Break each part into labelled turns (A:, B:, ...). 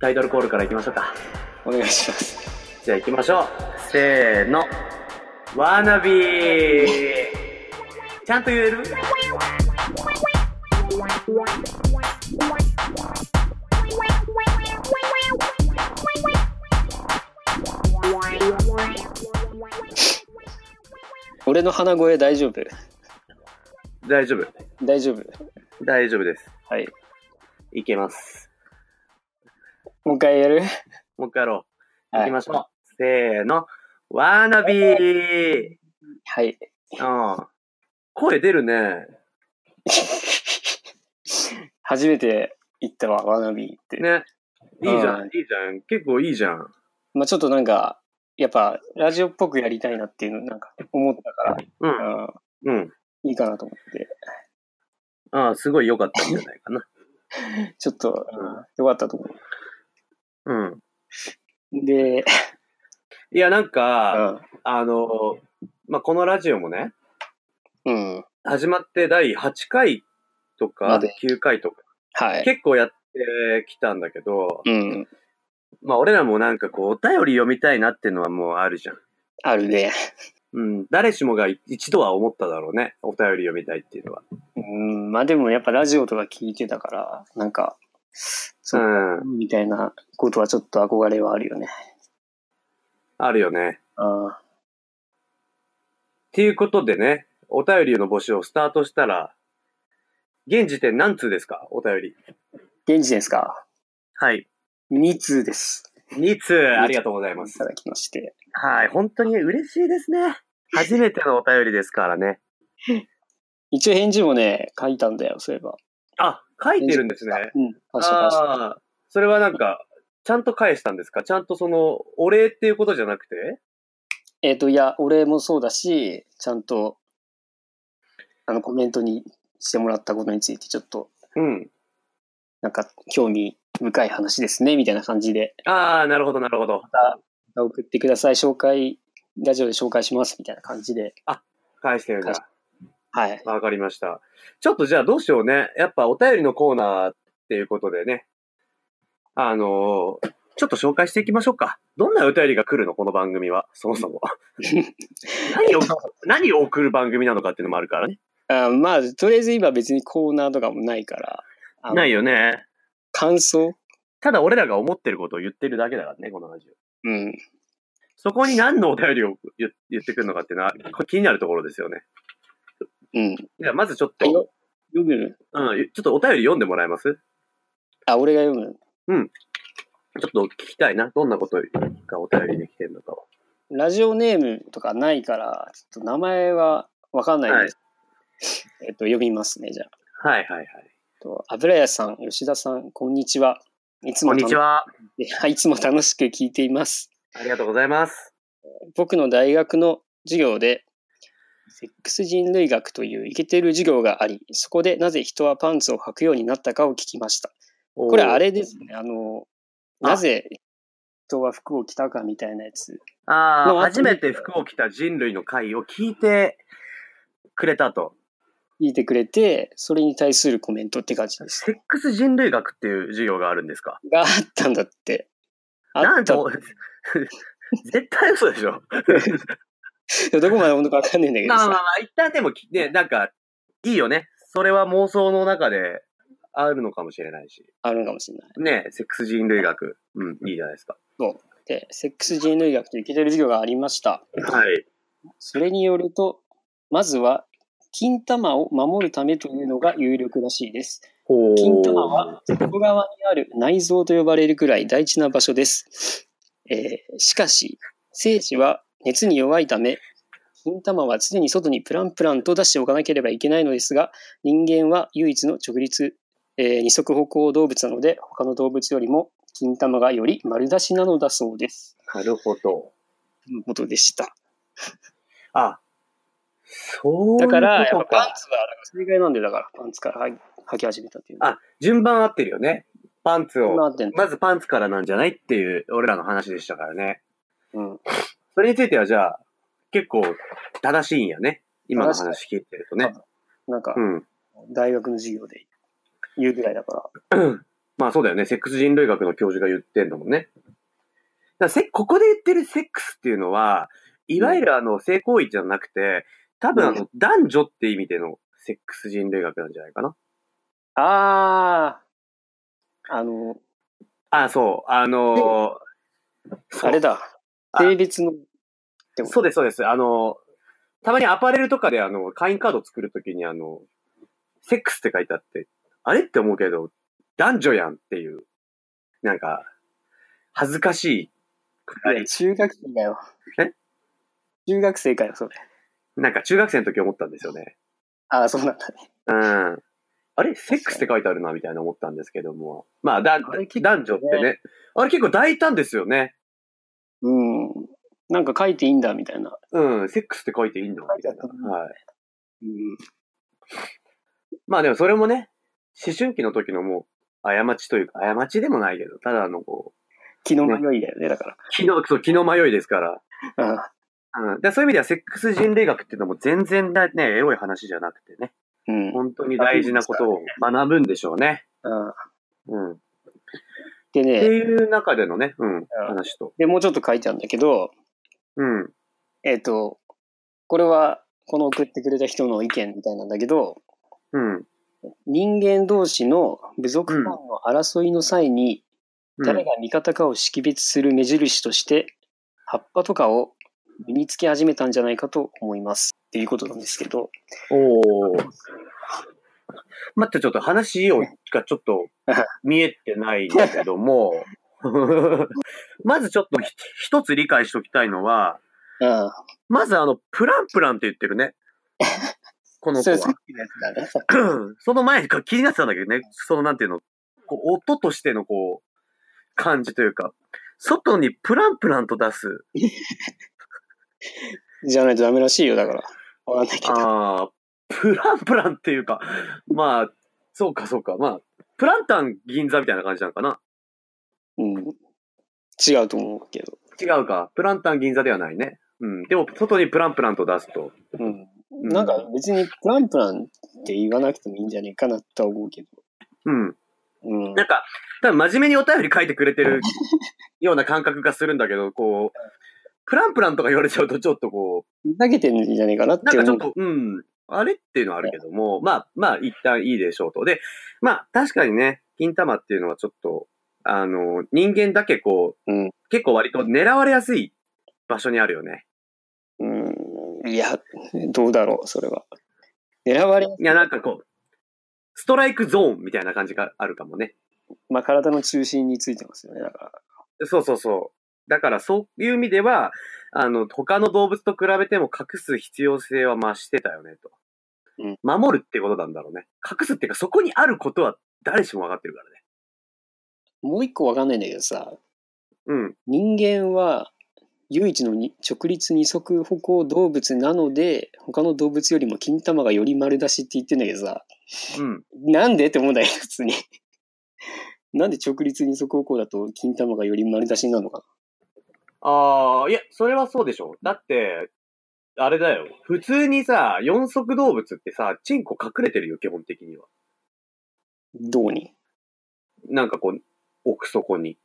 A: タイトルコールからいきましょうか。
B: お願いします。
A: じゃあ行きましょう。せーの。ワーナビーちゃんと言える
B: 俺の鼻声大丈夫
A: 大丈夫。
B: 大丈夫
A: 大丈夫です。
B: はい。
A: いけます。
B: もう一回やる
A: もう一回やろう。
B: はい
A: 行きましょう。せーの。ワーナビー
B: はい。
A: うん。声出るね。
B: 初めて行ったわ、ワナビーって。
A: ね。いいじゃ
B: うん
A: ん、いいじゃん。結構いいじゃん。
B: まあちょっとなんか、やっぱ、ラジオっぽくやりたいなっていうの、なんか、思ったか
A: うん。
B: ら、う
A: うん。
B: ん、いいかなと思って。
A: ああ、すごい良かったんじゃないかな。
B: ちょっと、うんよかったと思
A: うん。
B: う。で、
A: いや、なん
B: う
A: か、
B: ん。
A: あの、まあ、このラジオもね、
B: うん。
A: 始まって第8回と
B: ま
A: か
B: で
A: 9回とか、
B: はい。
A: 結構やってきたんだけど、
B: うん。
A: まあ、俺らもなんかこう、お便り読みたいなっていうのはもうあるじゃん。
B: あるね。
A: うん。誰しもが一度は思っただろうね。お便り読みたいっていうのは。
B: うん。まあでもやっぱラジオとか聞いてたから、なんか、そう、
A: うん。
B: みたいなことはちょっと憧れはあるよね。
A: あるよね。
B: あ
A: っていうことでね、お便りの募集をスタートしたら、現時点何通ですかお便り。
B: ー現地ですか
A: はい。
B: ?2 通です。
A: 2通、ありがとうございま
B: い
A: す
B: た。だきまして。
A: はい。本当に嬉しいですね。初めてのお便りですからね。
B: 一応返事もね、書いたんだよ、そういえば。
A: あ、書いてるんですね。
B: うん。確か確か
A: ああー、それはなんか、ちゃんと返したんですかちゃんとその、お礼っていうことじゃなくて
B: えっ、と、いや、俺もそうだし、ちゃんと、あの、コメントにしてもらったことについて、ちょっと、
A: うん。
B: なんか、興味深い話ですね、みたいな感じで、
A: ああ、なるほど、なるほど。
B: 送ってください、紹介、ラジオで紹介します、みたいな感じで、
A: 返してるん
B: 返
A: だ。
B: はい。
A: わかりました。ちょっとじゃあどうしようね。やっぱお便りのコーナーっていうことでね。あのーちょっと紹介していきましょうか。どんなお便りが来るのこの番組は。そもそ も。何を、何を送る番組なのかっていうのもあるからね。
B: あまあ、とりあえず今別にコーナーとかもないから、あの
A: ないよね。
B: 感想
A: ただ俺らが思ってることを言ってるだけだからね、このラジオ。
B: うん。
A: そこに何のお便りを言言ってくるのかっていうのは、これ気になるところですよね。
B: うん。
A: じゃあまずちょっ
B: あ
A: と、
B: よ読む
A: うん、ちょっとお便り読んでもらえます
B: あ、俺が読む。
A: ちょっと聞きたいな。どんなことがお便りできてるのかを。
B: ラジオネームとかないから、ちょっと名前はわかんないんです。えっと、読みますね、じゃあ。
A: はいはいはい。
B: と油屋さん、吉田さん、こんにちは。いつ
A: こ
B: も
A: んにちは。
B: は。 いつも楽しく聞いています。
A: ありがとうございます。
B: 僕の大学の授業で、セックス人類学というイケてる授業があり、そこでなぜ人はパンツを履くようになったかを聞きました。こ
A: こ
B: れあれですね、あの、
A: あ
B: なぜ人は服を着たかみたいなやつ。
A: ああ、
B: の後
A: 初めて服を着た人類の会を聞いてくれたと。
B: 聞いてくれて、それに対するコメントって感じです。
A: セックス人類学っていう授業があるんですか
B: があったんだって。あ
A: なん
B: った。
A: と
B: ど、
A: 絶対嘘でしょ。
B: こまで本当かわかんないんだけ
A: ま
B: ど
A: あまあま
B: さ。
A: あ、一旦でもき、ね、なんか、いいよね。それは妄想の中であるのかもしれないし。
B: あるのかもしれない。
A: ねセックス人類学。うん、いいじゃないですか。
B: で、セックス人類学というイケてる授業がありました。
A: はい。
B: それによると、まずは、金玉を守るためというのが有力らしいです。
A: ほう
B: 金玉は、外側にある内臓と呼ばれるくらい大事な場所です。えーしかし、精子は熱に弱いため、金玉は常に外にプランプランと出しておかなければいけないのですが、人間は唯一の直立、えー二足歩行動物なので、他の動物よりも金玉がより丸出しなのだそうです。
A: なるほど。
B: ということでした。
A: あ、そういう
B: だ
A: こと
B: から、やっぱパン
A: か。
B: ツは、だからそれぐらいなんで、だから、パンツから履き履き始めたっていう。
A: あ、順番合ってるよね。パンツを。
B: 今ってんの
A: まずパンツからなんじゃないっていう、俺らの話でしたからね。
B: うん。
A: それについてはじゃあ、結構正しいんやね。今の話聞いてるとね。
B: なんか
A: う、ん。
B: 大学の授業で言うぐらいだから。
A: まあそうだよね。セックス人類学の教授が言ってんだもんね。だからせここで言ってるセックスっていうのは、いわゆるあの、性行為じゃなくて、多分あ
B: う
A: の、男女って意味でのセックス人類学なんじゃないかな。
B: ああ、あの、
A: あ、そう。あのーそう
B: あれだ。
A: あ
B: 性別の、でも
A: そうです、そうです。あの、たまにアパレルとかで、あの、会員カード作るときに、あの、セックスって書いてあって、あれって思うけど、男女やんっていう、なんか、恥ずかしいくらい、
B: 中学生だよ。
A: え
B: 中学生かよ、それ。
A: なんか中学生の時思ったんですよね。
B: ああ、そうなんだね。
A: うん。あれセックスって書いてあるな、みたいな思ったんですけども。まあ、だ
B: あれ結構
A: 男女ってね。あれ結構大胆ですよね。
B: うん。なんか書いていいんだ、みたいな。
A: うん、セックスって書いていいんだ、みたい
B: 書いてあったね
A: な。はい。
B: うん。
A: まあでもそれもね、思春期の時のもう、過ちというか、過ちでもないけど、ただあのこう、
B: 気の迷いだよね、だか
A: 気の、そう、気の迷いですから。
B: ら。うん。
A: うん。でそういう意味では、セックス人類学っていうのも全然だね、エロい話じゃなくてね、
B: うん。
A: 本当に大事なことを学ぶんでしょうね。
B: うん
A: うん。って
B: でね、
A: いう中でのね、うん、話と。
B: で、もうちょっと書いてあるんだけど、
A: うん。
B: えっ、と、これは、この送ってくれた人の意見みたいなんだけど、
A: うん。
B: 人間同士の部族間の争いの際
A: う
B: に、
A: ん
B: 誰が味方かを識別する目印として、葉っぱとかを身につけ始めたんじゃないかと思います。っていうことなんですけど、
A: おお。 待って、ちょっと話をがちょっ と見えてないんだけども、 まずちょっとひ一つ理解しておきたいのは、
B: うん。
A: まずあの、プランプランって言ってるね。この子
B: そ
A: は
B: れさっ。きのやつだね。
A: その前にか気になってたんだけどね、そのなんていうの、こう音としてのこう、感じというか、外にプランプランと出す。
B: じゃないとダメらしいよ、だから。わかんないけど。
A: ああ、プランプランっていうか、まあ、そうかそうか、まあ、プランタン銀座みたいな感じなのかな
B: うん。違うと思うけど。
A: 違うか、プランタン銀座ではないね。うん、でも、外にプランプランと出すと。
B: うん。なんか別にプランプランって言わなくてもいいんじゃねえかなとは思うけど。
A: うん。
B: うん。
A: なんか、多分真面目にお便り書いてくれてるような感覚がするんだけど、こう、プランプランとか言われちゃうと、ちょっとこ
B: 投げてんじゃねえかなっ
A: う、なん
B: て
A: かち
B: 思
A: ょっと、
B: う。
A: うん、あれっていうのはあるけども、まあ、まあ、一旦いいでしょうと。で、まあ、確かにね、金玉っていうのはちょっと、あの、人間だけこう、
B: うん
A: 結構割と狙われやすい場所にあるよね。
B: うん。いや、どうだろう、それは。狙われ、
A: いや、なんかこう、ストライクゾーンみたいな感じがあるかもね。
B: まあ、体の中心についてますよね、だから。
A: そうそうそう。だからそういう意味では、あの、他の動物と比べても隠す必要性は増してたよね、と。
B: うん
A: 守るってことなんだろうね。隠すっていうか、そこにあることは誰しも分かってるからね。
B: もう一個わかんないんだけどさ、
A: うん。
B: 人間は唯一のに直立二足歩行動物なので、他の動物よりも金玉がより丸出しって言ってんだけどさ、
A: うん。
B: なんでって思うんだよ、普通に。なんで直立二足歩行だと金玉がより丸出しなのか
A: ああ、いや、それはそうでしょ。だって、あれだよ。普通にさ、四足動物ってさ、チンコ隠れてるよ、基本的には。
B: などうに。
A: なんかこう、奥底に。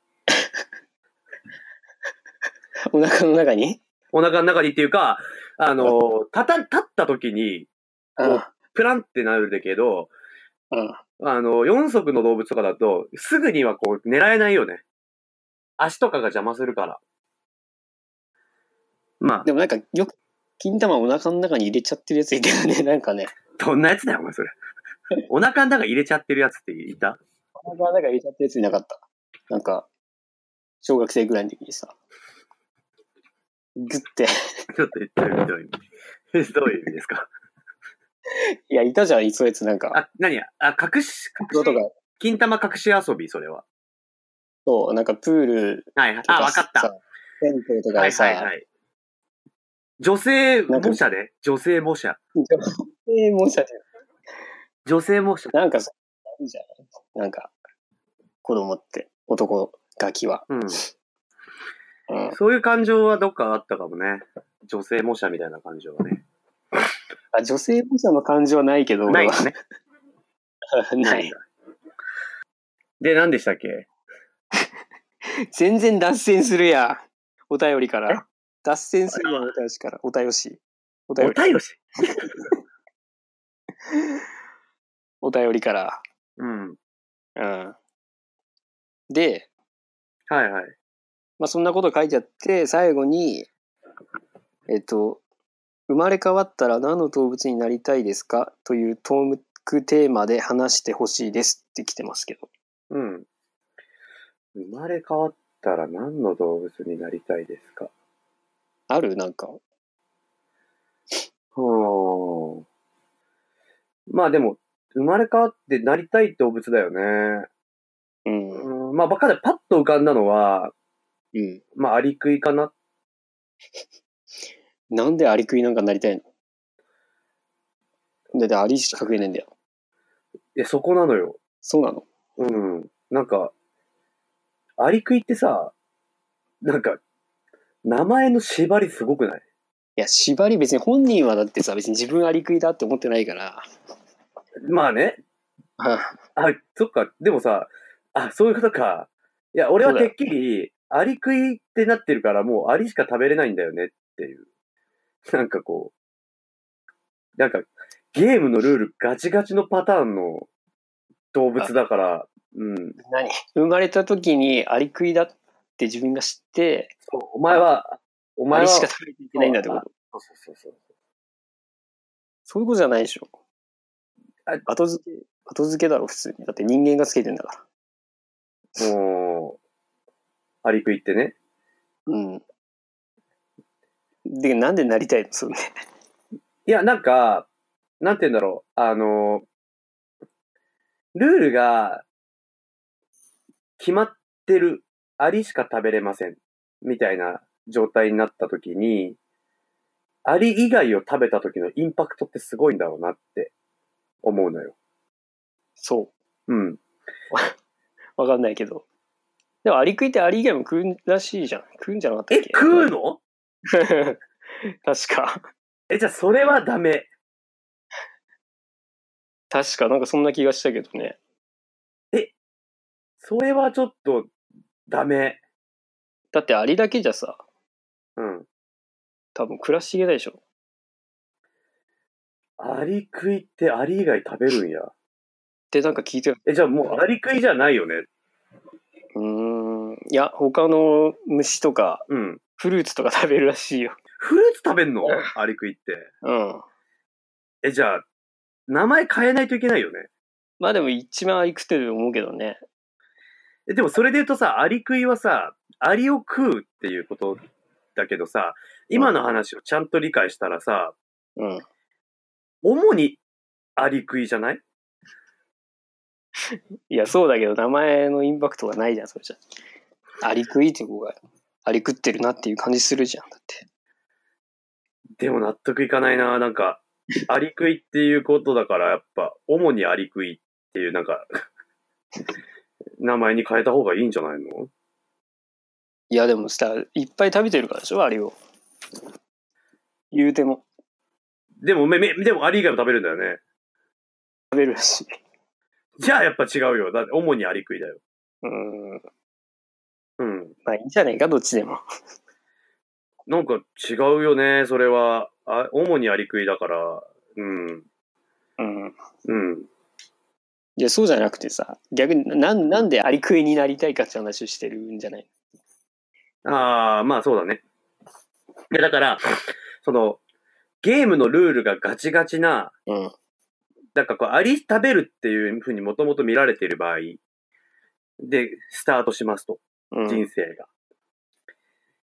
B: お腹の中に
A: お腹の中にっていうか、あの、たた、立った時に、
B: うん。うん。
A: プランってなるんだけど、あの、四足の動物とかだと、すぐにはこう、狙えないよね。足とかが邪魔するから。まあ、
B: でもなんかよく、金玉をお腹の中に入れちゃってるやついたよね、なんかね。
A: どんなやつだよ、お前それ。お腹の中入れちゃってるやつっていた
B: お腹の中に入れちゃってるやついなかった。なんか、小学生ぐらいの時にさ、グッて。
A: ちょっと言ってみてどういう 意味どういう意味ですか
B: いや、いたじゃん、そういうやつなんか。
A: あ、何やあ、隠し、隠
B: とか
A: し、、金玉隠し遊び、それは。
B: そう、なんかプール
A: はいはい。
B: と
A: あ、
B: か
A: わか
B: さ
A: っ、た。
B: 銭湯とか
A: はい
B: でさ、
A: はいはい。女性
B: なんか
A: 模写で女性模写。
B: えー、申し訳ない
A: 女性模写。
B: なんかさ、あるじゃん。なんか、子供って、男ガキは。
A: うん。
B: うん。
A: そういう感情はどっかあったかもね。女性模写みたいな感情はね。
B: あ女性模写の感じはないけど、
A: ない
B: 俺
A: よ
B: は。
A: ね。
B: ない。
A: で、何でしたっけ
B: 全然脱線するやん。お便りから。脱線するやん、
A: あ
B: お便りから。お便し。お
A: お
B: 便り。
A: 便りし。
B: お便りから。
A: うん。
B: うん。で、
A: はいはい。
B: まあ、そんなこと書いてあって、最後に、えっと、生まれ変わったら何の動物になりたいですかというトークテーマで話してほしいですって来てますけど。
A: うん。生まれ変わったら何の動物になりたいですか
B: あるなんか。
A: はあ。まあでも、生まれ変わってなりたい動物だよね。
B: うん。
A: うん、まあバカでパッと浮かんだのは、
B: うん。
A: まあアリクイかな。
B: なんでアリ食いなんかなりたいのだってアリしか食えねえんだよ。
A: いや、そこなのよ。
B: そうなの
A: うん。なんか、アリクイってさ、なんか、名前の縛りすごくない
B: いや、縛り別に本人はだってさ、別に自分アリ食いだって思ってないから。
A: まあね。あ、そっか。でもさ、あ、そういうことか。いや、俺はてっきり、アリ食いってなってるから、もうアリしか食べれないんだよねっていう。なんかこう、なんか、ゲームのルールガチガチのパターンの動物だから、うん。
B: 何生まれた時にアリ食いだって自分が知って、
A: そう、お前は、お
B: ア
A: 前
B: リ
A: は、
B: し
A: そ
B: か
A: う
B: 食べていけないんだってこと。
A: そうそう。
B: そういうことじゃないでしょ
A: あ。
B: 後付け、後付けだろ、普通に。だって人間がつけてんだから。
A: もう、アリクイってね。
B: うん。で、なんでなりたいのそれね。
A: いや、なんか、なんて言うんだろう。あの、ルールが決まってる。アリしか食べれません。みたいな状態になった時に、アリ以外を食べた時のインパクトってすごいんだろうなって思うのよ。
B: そ
A: うん。
B: う。わかんないけど。でもアリ食いってアリ以外も食うらしいじゃん。食うんじゃなかったっ
A: え
B: け、
A: 食うの
B: 確か。
A: え、じゃあそれはダメ。
B: 確か、なんかそんな気がしたけどね。
A: それはちょっとダメ。
B: だってアリだけじゃさ、
A: うん。
B: 多分暮らしきれないでしょ。
A: アリ食いってアリ以外食べるんや。
B: ってなんか聞いてる。
A: え、じゃあもうアリ食いじゃないよね。
B: うーん。いや、他の虫とか、
A: うん。
B: フルーツとか食べるらしいよ。
A: フルーツ食べんのアリ食いって。
B: うん。
A: え、じゃあ、名前変えないといけないよね。
B: まあでも一番アリ食ってると思うけどね。
A: え、でもそれで言うとさ、アリ食いはさ、アリを食うっていうことだけどさ、今の話をちゃんと理解したらさ、
B: うん。
A: 主にアリ食いじゃない
B: いや、そうだけど、名前のインパクトがないじゃん、それじゃ。アリ食いって子が、アリ食ってるなっていう感じするじゃん、だって。
A: でも納得いかないななんか、アリ食いっていうことだから、やっぱ、主にアリ食いっていう、なんか、名前に変えた方がいいんじゃないの
B: いや、でもさ、いっぱい食べてるからでしょ、アリを。言うても、
A: でも、め、め、でもアリ以外も食べるんだよね。
B: 食べるらしい。
A: じゃあやっぱ違うよ。だって、主にアリ食いだよ。
B: うん。
A: うん。
B: まあいいんじゃないか、どっちでも。
A: なんか違うよね、それは。あ主にアリ食いだから。うん。
B: うん。
A: うん。
B: いや、そうじゃなくてさ、逆になんなんでアリクイになりたいかって話をしてるんじゃない
A: ああ、まあそうだね。いや、だから、その、ゲームのルールがガチガチな、
B: うん。
A: なんかこう、アリ食べるっていうふうにもともと見られている場合で、スタートしますと、
B: うん
A: 人、生が。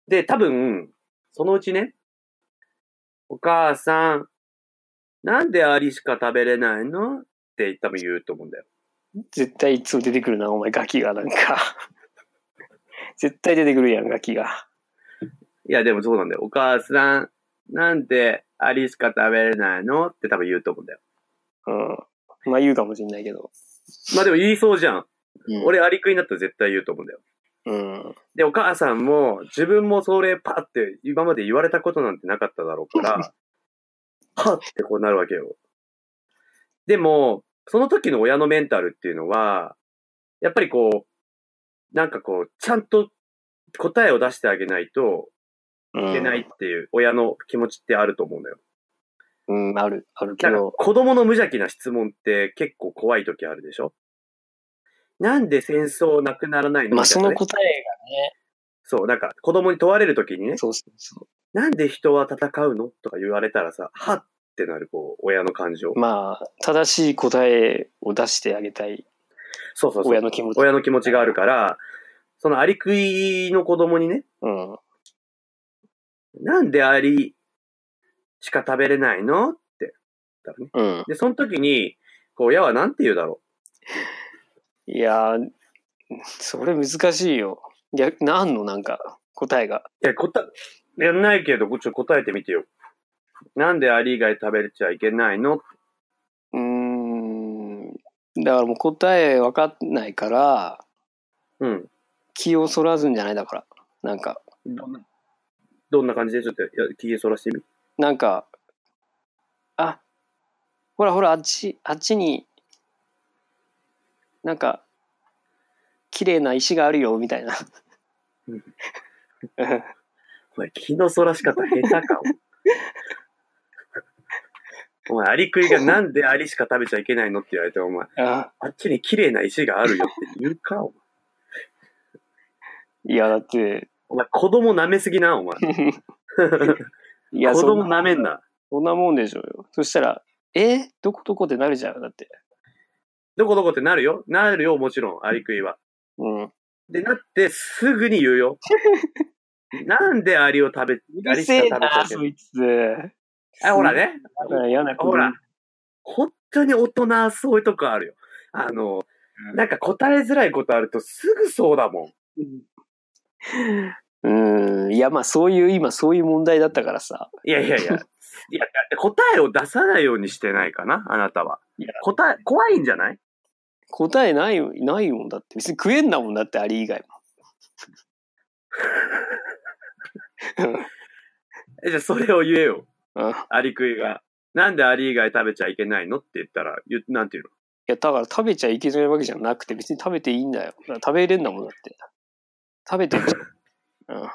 A: で、多分、そのうちね、お母さん、なんでアリしか食べれないのって多分言うと思うんだよ。
B: 絶対いつも出てくるな、お前、ガキがなんか。 絶対出てくるやん、ガキが。
A: いや、でもそうなんだよ。お母さん、なんでアリしか食べれないのって多分言うと思うんだよ。
B: うん。まあ言うかもしんないけど。
A: まあでも言いそうじゃん。
B: うん、
A: 俺アリ食いになったら絶対言うと思うんだよ。
B: うん。
A: で、お母さんも、自分もそれパって今まで言われたことなんてなかっただろうから、パってこうなるわけよ。でも、その時の親のメンタルっていうのは、やっぱりこう、なんかこう、ちゃんと答えを出してあげないと
B: うん
A: いけないっていう親の気持ちってあると思うのよ。
B: うん、ある、あるけ
A: だから
B: ど。
A: 子供の無邪気な質問って結構怖い時あるでしょなんで戦争なくならないの
B: まあ、
A: みた
B: そ
A: いな
B: の
A: ね
B: 答え
A: そう、なんか子供に問われる時にね
B: が、、そうそうそ
A: なんで人は戦うのとか言われたらさ、はっってなるこう、親の感情
B: う。。まあ、正しい答えを出してあげたい
A: そうそうそう。
B: 親の気持ち。
A: 親の気持ちがあるから、そのアリクイの子供にね、
B: うん。
A: なんでアリしか食べれないのって言ったらね。
B: うん。
A: で、その時に、こう、親はなんて言うだろ
B: いやー、それ難しいよ。いや、なんのなんか、答えが。
A: う。いや、答え、やんないけど、こっちょ答えてみてよ。なんでアリ以外食べちゃいけないの
B: うーん。だからもう答え分かんないから、
A: うん。
B: 気をそらずんじゃないだから。なんか、
A: どんな、どんな感じでちょっとや、気をそらしてみ。
B: なんか、あ、ほらほら、あっち、あっちに、なんか、綺麗な石があるよ、みたいな。
A: うんお前、気のそらし方下手かお。お前、アリクイがなんでアリしか食べちゃいけないのって言われて、お前、
B: あ
A: あっちに綺麗な石があるよって言うか、お前。
B: いや、だって、
A: お前、子供舐めすぎな、お前。
B: いや、
A: 子
B: そん
A: 供
B: な
A: 舐めんな。
B: そんなもんでしょうよ。そしたら、えどこどこってなるじゃん、だって。
A: どこどこってなるよ。なるよ、もちろん、アリクイは。
B: うん。
A: で、なって、すぐに言う よ。なんでアリを食べ、アリしか食べちゃいけない。
B: いつ。
A: あ、ほら。ね。
B: 嫌な子
A: ほら。本当に大人はそういうとこあるよ。あの、
B: うん
A: なんか答えづらいことあるとすぐそうだもん。
B: うん。いや、まあ、そういう、今、そういう問題だったからさ。
A: いやい やいや。いや、だって答えを出さないようにしてないかな、あなたは。
B: いや
A: 答え、怖いんじゃない
B: 答えない、ないもんだって。別に食えんなもんだって、アリ以外
A: え、じゃあそれを言えよ。
B: も。うん。い
A: アリ食いが。なんでアリ以外食べちゃいけないのって言ったら、言うなんていうの
B: や、だから食べちゃいけないわけじゃなくて、別に食べていいんだよ。だから食べれんなもんだって。食べてるじゃん。うん。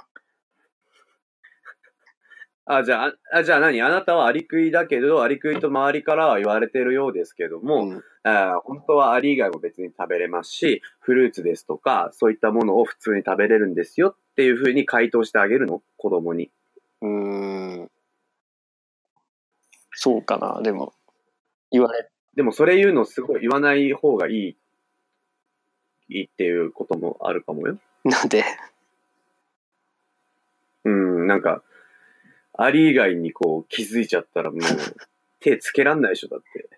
A: あ、じゃあ、あじゃあ何あなたはアリ食いだけど、アリ食いと周りからは言われてるようですけども、
B: うん
A: あー本当はアリ以外も別に食べれますし、フルーツですとか、そういったものを普通に食べれるんですよっていうふうに回答してあげるの子供に。
B: うーん。そうかな、でも。言われ、
A: でもそれ言うのすごい言わない方がいい、いいっていうこともあるかもよ。
B: なんで。
A: うん、なんか、アリ以外にこう気づいちゃったらもう手つけらんないでしょ、だって。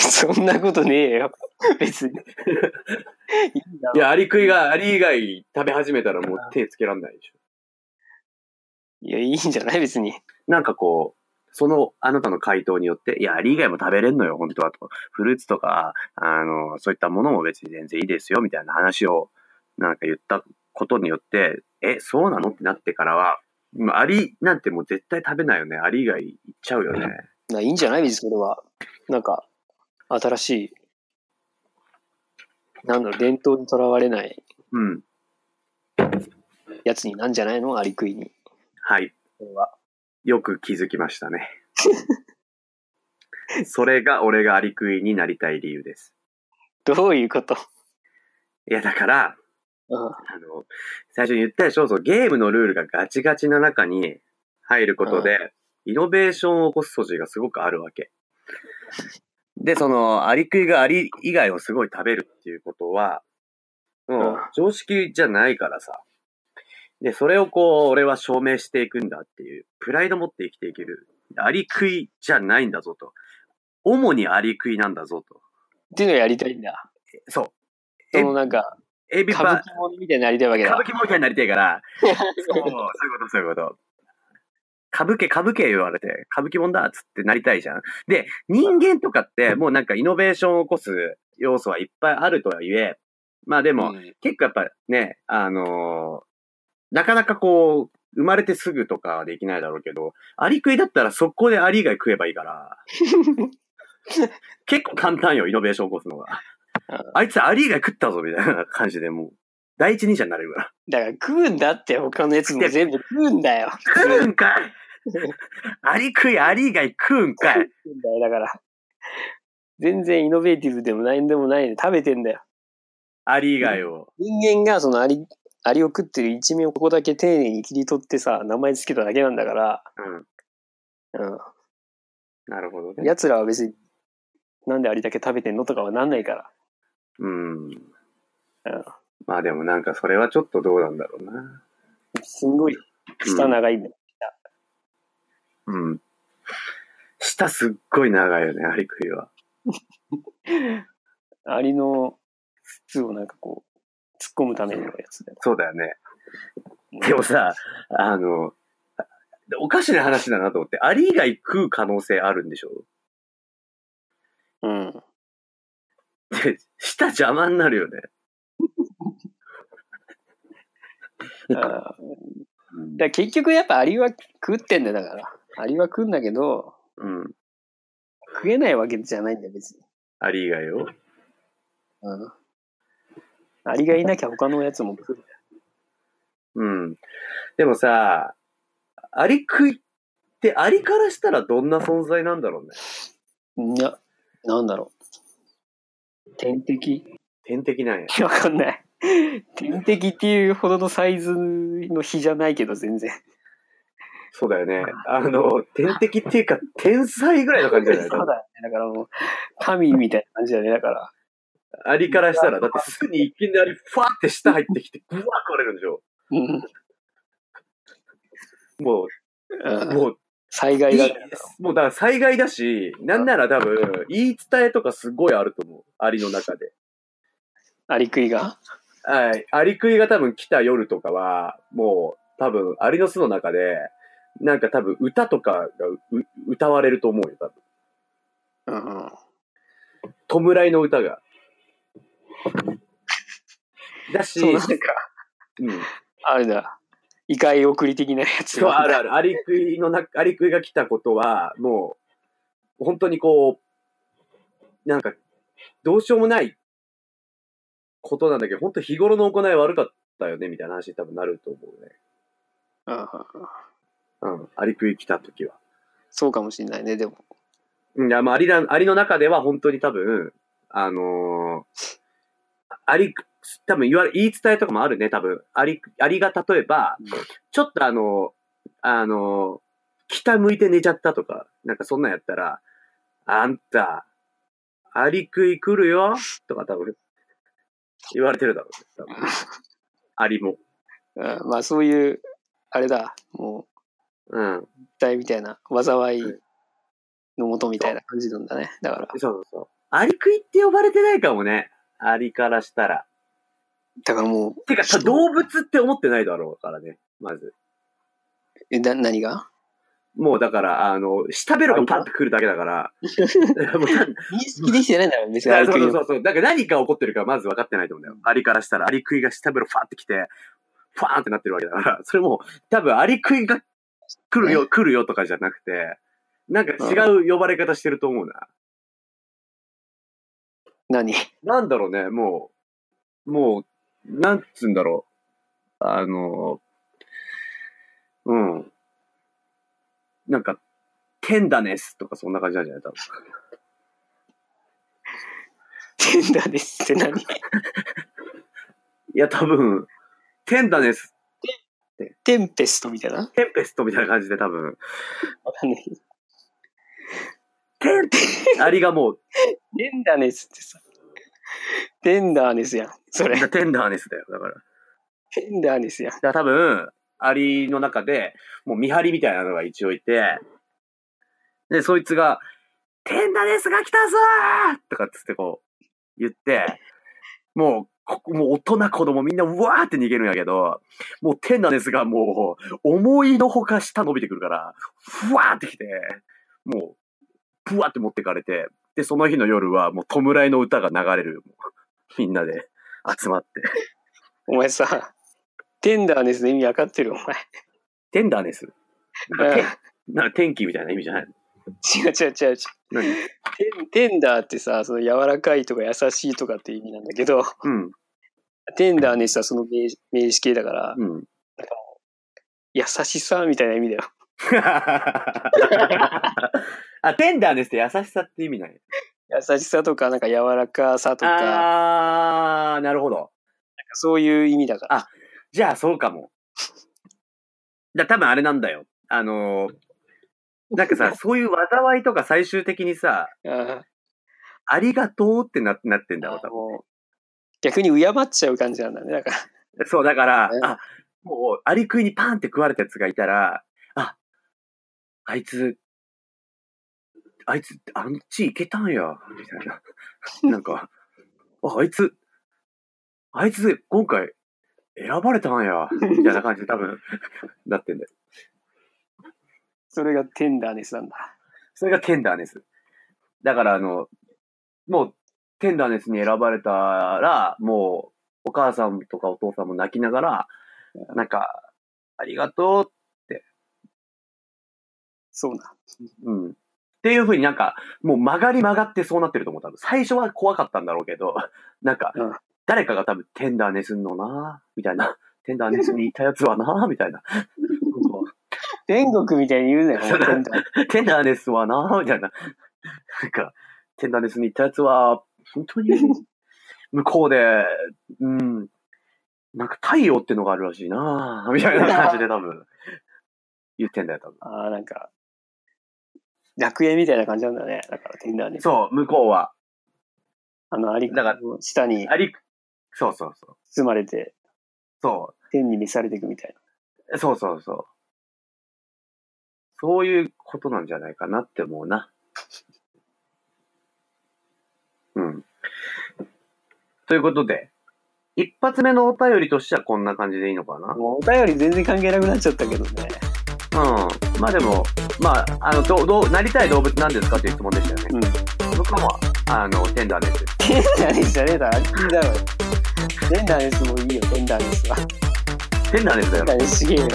B: そんなことねえよ。別に。いいんだ
A: い
B: ろ
A: や、アリ食いがアリ以外食べ始めたらもう手つけらんないでしょ。
B: いや、いいんじゃない別に。
A: なんかこう、その、あなたの回答によって、いや、アリ以外も食べれんのよ、本当は。とフルーツとか、あの、そういったものも別に全然いいですよ、みたいな話を、なんか言ったことによって、え、そうなのってなってからは、まあアリなんてもう絶対食べないよね。アリ以外いっちゃうよね。
B: ないいんじゃない別にそれは。なんか、新しい、なんだろう、伝統にとらわれない
A: うん。
B: やつになんじゃないのアリクイに。
A: はい。
B: これは。
A: よく気づきましたね。 それが俺がアリクイになりたい理由です。
B: どういうこと
A: いや、だから、
B: うん。
A: あの、最初に言ったでしょ、そう、ゲームのルールがガチガチな中に入ることで、イノベーションを起こす素地がすごくあるわ け。で、その、アリクイがアリ以外をすごい食べるっていうことは、も
B: うん
A: う、常識じゃないからさ。で、それをこう、俺は証明していくんだっていう、プライド持って生きていける。アリクイじゃないんだぞと。主にアリクイなんだぞと。
B: っていうのをやりたいんだ。
A: そえ
B: そのなんか、
A: う。エビ
B: 歌
A: パ
B: 舞伎物みたいになりたいわけ
A: 歌
B: だ
A: 舞。伎もみたいになりたい から、そう、そういうこと、そういうこと。歌舞伎、歌舞伎言われて、歌舞伎もんだっつってなりたいじゃん。で、人間とかって、もうなんかイノベーションを起こす要素はいっぱいあるとはいえ、まあでも、
B: うん
A: 結構やっぱね、あのーなかなかこう、生まれてすぐとかはできないだろうけど、アリ食いだったら速攻でア リ以外食えばいいから、結構簡単よ、イノベーション起こすのが。
B: あ
A: あいつアリ以外食ったぞ、みたいな感じでもう、第一人者になれるから。
B: だから食うんだって、他のやつも全部食うんだよ。
A: 食うんかいアリ食い、アリ以外食うんかい
B: 食うんだよ、だから。全然イノベーティブでもないんでもないで食べてんだよ。
A: アリ以外を。
B: 人間がそのアリ、アリを食ってる一面をここだけ丁寧に切り取ってさ、名前つけただけなんだから、
A: うん。
B: うん。
A: なるほどね。
B: 奴らは別に、なんであれだけ食べてんのとかはなんないから。
A: うん。まあでもなんかそれはちょっとどうなんだろうな。
B: すんごい、舌長いんだよ。
A: うん。舌すっごい長いよね、アリ食いは。
B: アリの筒をなんかこう、突っ込むためのやつだよ。
A: そうだよね。でもさ、あの、おかしな話だなと思って、アリ以外食う可能性あるんでしょ
B: うん。
A: で、舌邪魔になるよね。
B: あーだから結局やっぱアリは食ってんだよ、だから。アリは食うんだけど、
A: うん。
B: 食えないわけじゃないんだよ、別に。
A: アリ以外を。
B: うん。アリがいなきゃ他のやつも食う。
A: うん。でもさ、アリ食いって、アリからしたらどんな存在なんだろうね。
B: いや、なんだろう。天敵
A: 天敵なんや。
B: わかんない。天敵っていうほどのサイズの比じゃないけど、全然。
A: そうだよね。あの、天敵っていうか、天才ぐらいの感じじゃない
B: そうだよね。だからもう、神みたいな感じだよね。だから、
A: アリからしたら、だってすぐに一見でアリ、ファーって下入ってきて、ブワー食われるんでしょ。
B: うん
A: も
B: う
A: う、
B: ん。
A: もう、
B: 災害
A: い
B: だ
A: いもうだから災害だし、なんなら多分、言い伝えとかすごいあると思う。アリの中で。
B: アリクイが。
A: はい。アリクイが多分来た夜とかは、もう多分、アリの巣の中で、なんか多分歌とかがう歌われると思うよ、多分。
B: うん。
A: 弔いの歌が。だし、
B: そう、なんか、
A: うん。
B: あれだ。異界送り的なやつ。
A: そう、あるある。アリクイの中、アリクイが来たことは、もう、本当にこう、なんか、どうしようもないことなんだけど、本当日頃の行い悪かったよね、みたいな話に多分なると思うね。
B: うん
A: うん。アリクイ来た時は。
B: そうかもしれないね、でも。
A: うん、いやまあ、アリら、アリの中では本当に多分、あのーアリ、多分言われ、言い伝えとかもあるね、多分。アリ、アリが例えば、ちょっとあの、あの、北向いて寝ちゃったとか、なんかそんなんやったら、あんた、アリ食い来るよとか多分、言われてるだろうね。多分アリも。
B: うん、まあそういう、あれだ、も
A: うん。
B: う、一体みたいな、災いのもとみたいな感じなんだね。だから、
A: そうそうそう。アリ食いって呼ばれてないかもね。アリからしたら。
B: だからも
A: てか、
B: そう
A: 動物って思ってないだろうからね。まず。
B: う、えな何が
A: もうだから、あの、下ベロがパッと来るだけだ から。もう
B: 認識できて ないんだろうね、別にア
A: そう
B: リク
A: そう
B: イを。
A: そうそう。だから何が起こってるかまず分かってないと思うんだよ。アリからしたら、アリクイが下ベロファーって来て、ファーンってなってるわけだから、それも多分アリクイが来るよ、来るよとかじゃなくて、なんか違う呼ばれ方してると思うな。
B: 何
A: なんだろうね、もう、もう、なんつうんだろう。あの、うん。なんか、テンダネスとかそんな感じなんじゃない多分。
B: テンダーですって何
A: いや、多分、テンダネス、
B: テンペストみたいな
A: テンペストみたいな感じで多分、
B: わかんない。
A: テンアリがもう、
B: テンダーネスってさ。テンダーネスやん。そ れ。
A: テンダーネスだよ。だから。だか
B: テンダーネスやん。
A: ら多分、アリの中で、もう見張りみたいなのが一応いて、で、そいつが、テンダーネスが来たぞーとかっつってこう、言って、もう、こもう大人子供みんなうわーって逃げるんやけど、もうテンダーネスがもう、思いのほか下伸びてくるから、ふわーってきて、もう、ぶわって持ってかれて、で、その日の夜はもう弔いの歌が流れる。みんなで集まって。
B: お前さ、テンダーネスの意味わかってるお前。
A: テンダーネス
B: うん
A: なんか天気みたいな意味じゃない
B: 違う違う違う違う。
A: 何
B: テンテンダーってさ、その柔らかいとか優しいとかっていう意味なんだけど、
A: うん。
B: テンダーねさ、その名名詞系だから、
A: うん。
B: 優しさみたいな意味だよ。
A: あ、テンダーですって優しさって意味ない。
B: 優しさとか、なんか柔らかさとか、なんか
A: あー、なるほど。
B: そういう意味だから。
A: あじゃあ、そうかも。だ多分あれなんだよ。あのーなんかさ、そういう災いとか最終的にさ、
B: うん
A: ありがとうってななってん だろう、多
B: もう逆に敬っちゃう感じなんだね。だから、
A: 分。そう、だから
B: ね、
A: あ、もう、アリクイにパーンって食われたやつがいたら、あ、あいつ、あいつ、あの地行けたんや、みたいな。なんか、あ、あいつ、あいつ、今回、選ばれたんや、みたいな感じで多分、 なってんだよ
B: それがテンダーネスなんだ。
A: それがテンダーネス。だから、あの、もう、テンダーネスに選ばれたら、もう、お母さんとかお父さんも泣きながら、なんか、ありがとう、
B: そうな。
A: うん。っていうふうになんか、もう曲がり曲がってそうなってると思う、多分。最初は怖かったんだろうけど、 なんか、
B: うん
A: 誰かが多分、テンダーネスのなみたいな。テンダーネスにいたやつはなみたいな。
B: 天国みたいに言うなよ、もうテンダーネス
A: テンダーネスはなみたいな。なんか、テンダーネスに行ったやつは、本当に、向こうで、うん、なんか太陽ってのがあるらしいなみたいな感じで多分、言ってんだよ、多分。
B: ああ、なんか、楽園みたいな感じなんだね。だからテンダーネス。
A: そう、向こうは。
B: あの、あり
A: だから
B: 下に
A: あり、そうそうそう。
B: 包まれて、
A: そ、
B: 天に召されていくみたいう
A: そうそうそう。そういうことなんじゃないかなって思うな。 うん。ということで、一発目のお便りとしてはこんな感じでいいのかな
B: な。もうお便り全然関係なくなっちゃったけど ね。
A: うん。まあでも、まあ、あの、どう、どう、なりたい動物なんですかっていう質問でしたよね。
B: うん。
A: 僕は、あの、テンダーです。
B: テンダーネスじゃねえだろ、あれだろ。テンダーネスもいいよ、テンダーネスは。
A: テンダーですだ
B: テ
A: よ
B: ンダ。ーネスすげえよ。